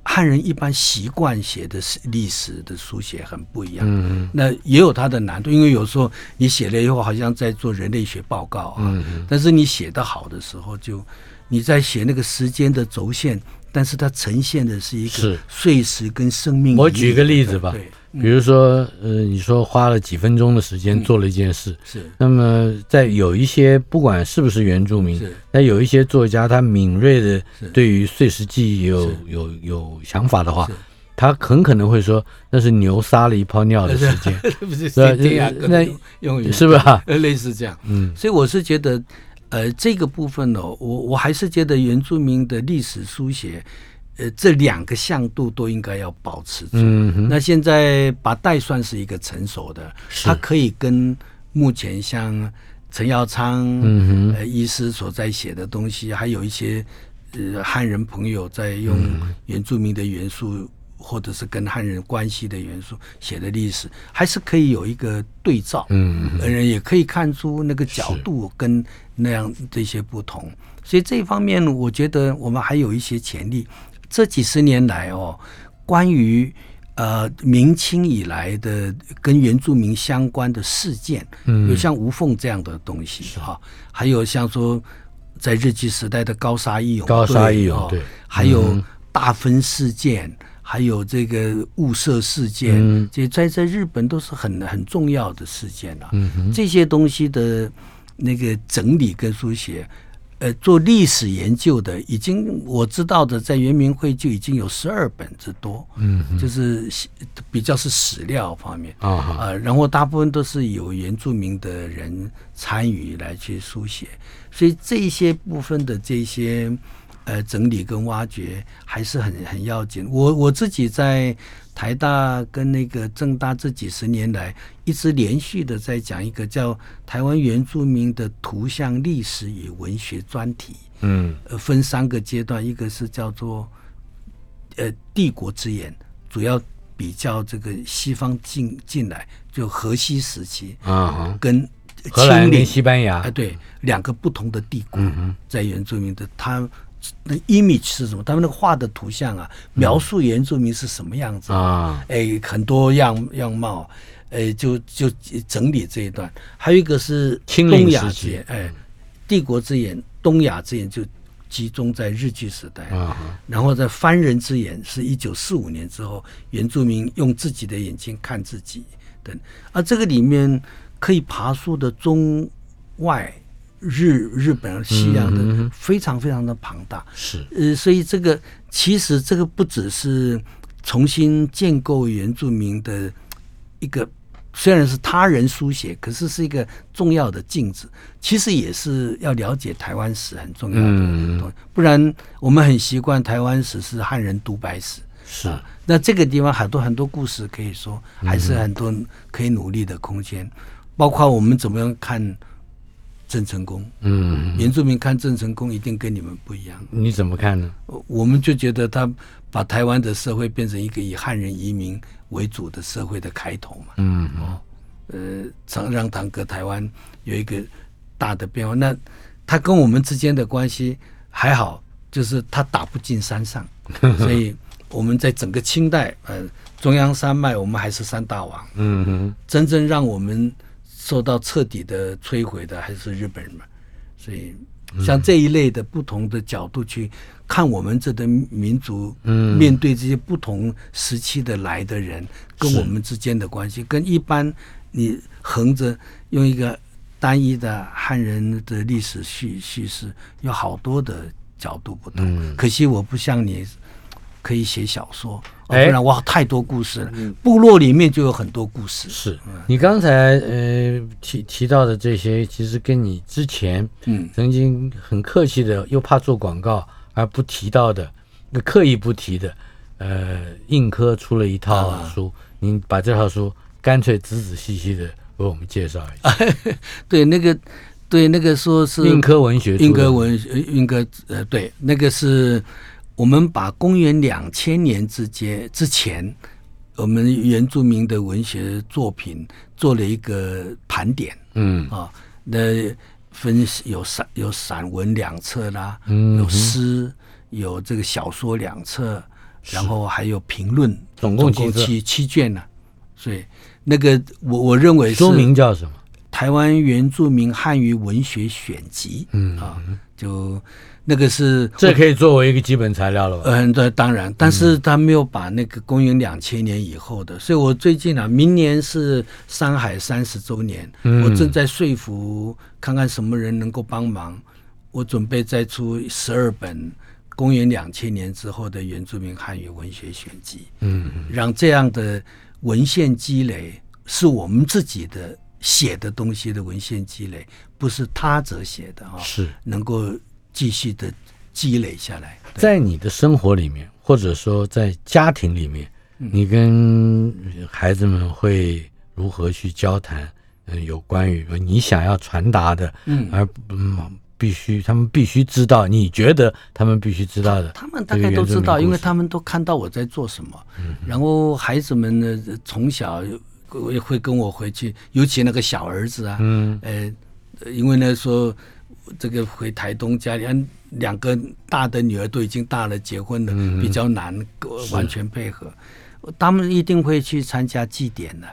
S6: 汉人一般习惯写的是历史的书写很不一样。
S5: 嗯
S6: 那也有它的难度，因为有时候你写了以后，好像在做人类学报告啊。
S5: 嗯
S6: 但是你写得好的时候就，你在写那个时间的轴线，但是它呈现的是一个
S5: 是
S6: 碎石跟生命。
S5: 我举个例子吧
S6: 对，嗯
S5: 比如说，呃，你说花了几分钟的时间做了一件事，
S6: 是
S5: 那么在有一些不管是不是原住民
S6: 是，
S5: 那有一些作家他敏锐的
S6: 是
S5: 对于碎石记忆有有有想法的话，他很可能会说那是牛撒了一泡尿的时间，
S6: 不是
S5: 对啊
S6: 这样
S5: 那
S6: 各种用语
S5: 是吧？
S6: 呃， 类似这样。
S5: 嗯，
S6: 所以我是觉得，呃，这个部分呢、我我还是觉得原住民的历史书写，呃，这两个向度都应该要保持住。
S5: 嗯哼
S6: 那现在把代算是一个成熟的，
S5: 是
S6: 它可以跟目前像陈耀昌、
S5: 嗯
S6: 呃医师所在写的东西，还有一些呃汉人朋友在用
S5: 嗯
S6: 原住民的元素。或者是跟汉人关系的元素写的历史，还是可以有一个对照。
S5: 嗯
S6: 呃，也可以看出那个角度跟那样这些不同。所以这一方面，我觉得我们还有一些潜力。这几十年来哦，关于呃明清以来的跟原住民相关的事件，嗯，有像无缝这样的东西哈、还有像说在日据时代的高沙义勇队，
S5: 高沙义勇
S6: 哦
S5: 队
S6: 还有大分事件。还有这个雾社事件，这在在日本都是很很重要的事件了、嗯、这些东西的那个整理跟书写，呃，做历史研究的，已经我知道的，在圆明会就已经有十二本之多，嗯，就是史比较是史料方面
S5: 啊哈
S6: 呃，然后大部分都是有原住民的人参与来去书写，所以这些部分的这些呃整理跟挖掘还是很很要紧。我我自己在台大跟那个政大这几十年来，一直连续的在讲一个叫台湾原住民的图像历史与文学专题，
S5: 嗯
S6: 呃，分三个阶段，一个是叫做呃帝国之眼，主要比较这个西方进进来，就荷西时期
S5: 啊哈，
S6: 跟
S5: 荷兰
S6: 清
S5: 跟
S6: 领
S5: 西嗯班牙
S6: 哎，，对，两个不同的帝国，在原住民的他那 image 是什么？他们那个画的图像啊，
S5: 嗯
S6: 描述原住民是什么样子
S5: 啊？
S6: 哎，很多样样貌，哎，就就整理这一段。还有一个是
S5: 清领
S6: 东亚
S5: 时
S6: 之
S5: 期
S6: 眼，哎，帝国之眼、东亚之眼就集中在日据时代。
S5: 啊哈，
S6: 然后在番人之眼是一九四五年之后，原住民用自己的眼睛看自己等，而这个里面可以爬树的中外日日本西洋
S5: 嗯
S6: 的非常非常的庞大，
S5: 是
S6: 呃，所以这个其实这个不只是重新建构原住民的一个，虽然是他人书写，可是是一个重要的镜子。其实也是要了解台湾史很重要的
S5: 嗯
S6: 东西，不然我们很习惯台湾史是汉人独白史。
S5: 是，
S6: 那这个地方很多很多故事可以说，还
S5: 嗯
S6: 是很多可以努力的空间，包括我们怎么样看郑成功。
S5: 嗯，
S6: 原住民看郑成功一定跟你们不一样，
S5: 你怎么看呢？
S6: 我我们就觉得他把台湾的社会变成一个以汉人移民为主的社会的开头嘛，
S5: 嗯
S6: 呃，常让堂哥台湾有一个大的变化。那他跟我们之间的关系还好，就是他打不进山上，所以我们在整个清代，呃，中央山脉我们还是三大王，
S5: 嗯哼，
S6: 真正让我们受到彻底的摧毁的还是日本人嘛。所以，像这一类的不同的角度去看我们这的民族，嗯，面对这些不同时期的来的人，跟我们之间的关系，跟一般你横着用一个单一的汉人的历史叙叙事，有好多的角度不同。可惜我不像你。可以写小说，哦不
S5: 哎
S6: 然哇，太多故事了。部落里面就有很多故事。
S5: 是你刚才呃提提到的这些，其实跟你之前
S6: 嗯
S5: 曾经很客气的，又怕做广告而不提到的，那刻意不提的，呃，硬科出了一套啊书，您把这套书干脆仔仔细细的为我们介绍一下。
S6: 对，那个，对，那个说是
S5: 硬科文学出的，
S6: 运哥文呃运哥呃，对，那个是我们把公元两千年之间之前，我们原住民的文学作品做了一个盘点
S5: 嗯
S6: 啊，那分有散有散文两册啦，
S5: 嗯
S6: 有诗，有这个小说两册，然后还有评论，
S5: 总
S6: 总
S5: 共几册
S6: 七七卷呢、所以那个我我认为是
S5: 书名叫什么？
S6: 台湾原住民汉语文学选集，嗯啊，就那个是
S5: 这可以作为一个基本材料了吧？嗯
S6: 嗯，对，当然，但是他没有把那个公元两千年以后的，所以我最近啊，明年是山海三十周年，
S5: 嗯
S6: 我正在说服看看什么人能够帮忙，我准备再出十二本公元两千年之后的原住民汉语文学选集，嗯，让这样的文献积累是我们自己的写的东西的文献积累，不是他者写的啊、
S5: 是
S6: 能够继续的积累下来。
S5: 在你的生活里面，或者说在家庭里面，你跟孩子们会如何去交谈？嗯，有关于你想要传达的，嗯，而嗯，必须他们必须知道，你觉得他们必须知道的，
S6: 他们大概都知道，因为他
S5: 们
S6: 们都看到我在做什么。然后孩子们呢，呃从小我也会跟我回去，尤其那个小儿子啊，嗯，呃，因为呢说这个回台东家里，啊两个大的女儿都已经大了，结婚了，比较难呃完全配合。他们一定会去参加祭典的，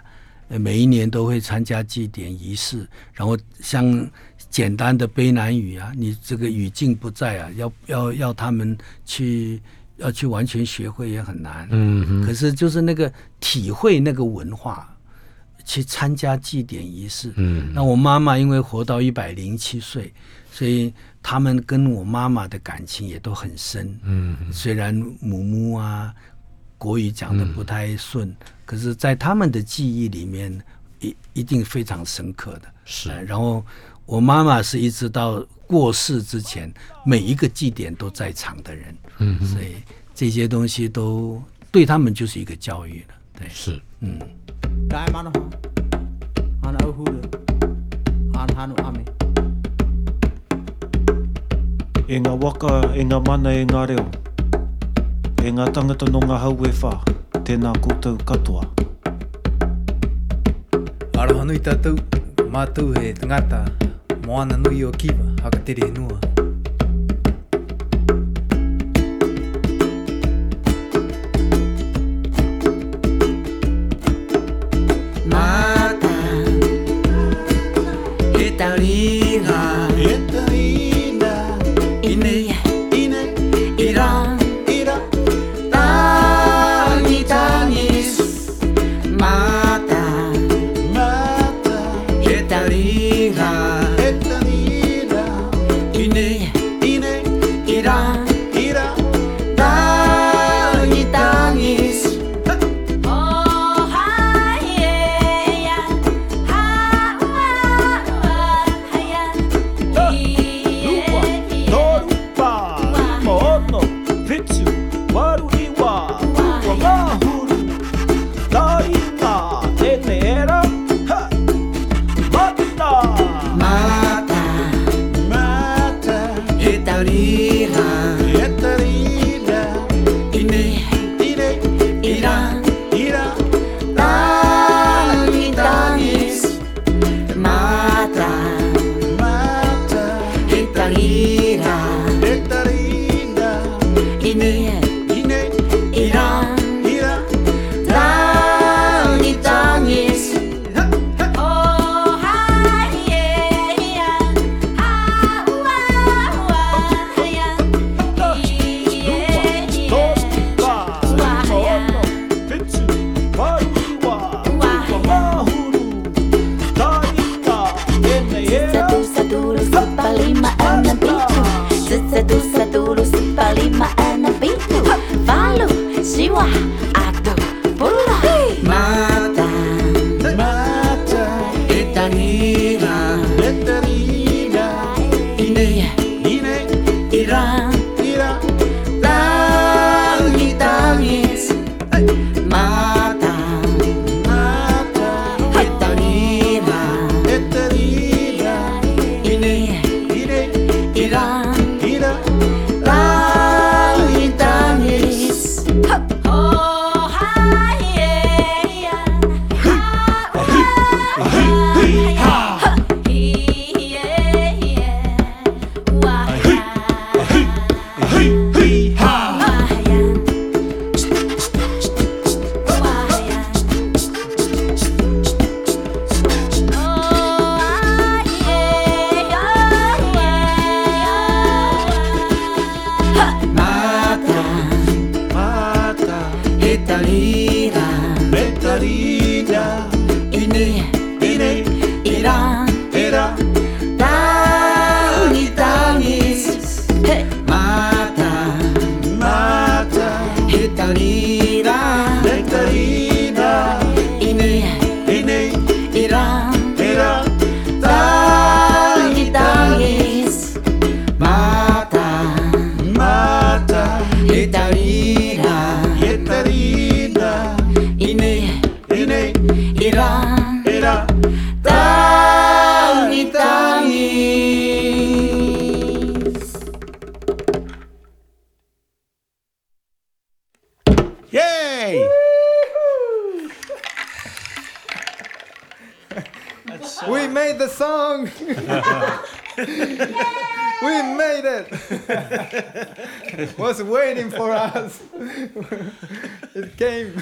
S6: 呃每一年都会参加祭典仪式，然后像简单的卑南语啊，你这个语境不在啊，要要要他们去要去完全学会也很难。嗯，可是就是那个体会那个文化。去参加祭典仪式。嗯，那我妈妈因为活到一百零七岁，所以他们跟我妈妈的感情也都很深。嗯，虽然母母啊，国语讲的不太顺，可是，在他们的记忆里面，一一定非常深刻的。
S5: 是
S6: 呃然后我妈妈是一直到过世之前，每一个祭典都在场的人。嗯，所以这些东西都对他们就是一个教育了。对，
S5: 是，
S6: 嗯。
S4: Dai mano ha. Ana au hudu. An hanu ame.
S2: E ngā waka, e ngā mana, e ngā reo. E ngā tangata no ngā hau e whā, tēnā koutou katoa.
S7: Aroha nui tātou, mātou he tangata, moana nui o kiwa, haka tere he nua.
S3: Mata
S7: E taringa, e taringa,
S3: ini
S7: ine,
S3: Iran
S7: ira, tangi,
S3: Mata
S7: mata,
S3: e taringa
S7: e taringa,
S3: ini
S7: ine,
S3: Iran
S7: ira,
S3: tangi tangis Oh hai ya ha wa wa ya
S2: Lupa, toru, pā, lima ono, pitu, waru iwa, ua mahuru, taringa, tēnē era, ha, matā.
S3: Mata
S7: mata,
S3: e taringa
S7: e taringa,
S3: ini
S7: ine,
S3: Iran
S7: ira,
S3: tangi tangis Mata
S7: mata,
S3: Italina,
S7: e taringa,
S3: Ine,
S7: ine,
S3: Iran,
S7: ira,
S3: Dani, Danis. Oh, hi, yeah, yeah. Ah, wah, wah, yeah. Yeah, yeah. ya, ya. Satu, satu, lupa lima, enam, tujuh. Satu, satu, lupa lima, enam, tujuh. Valu, siwa, atu, pula. Mata, Italina, Ine, Iran, Tangi, tangis. Mata, Italina, Ine, Iran. Tangi tangis Oh hai yeah Ha wah, wah, ha yeah yeah Wah wah, yeah. Wah, yeah. Oh hai yeah yeah yeah Ha mata Italina, ini, Iran, tangi tangis, Hey, mata, Italina, ini, Iran, tangi tangis, mata, Italina, ini, Iran, tangi tangis.
S2: Yay!
S7: We made the song!
S6: We made it! was waiting for us. it came.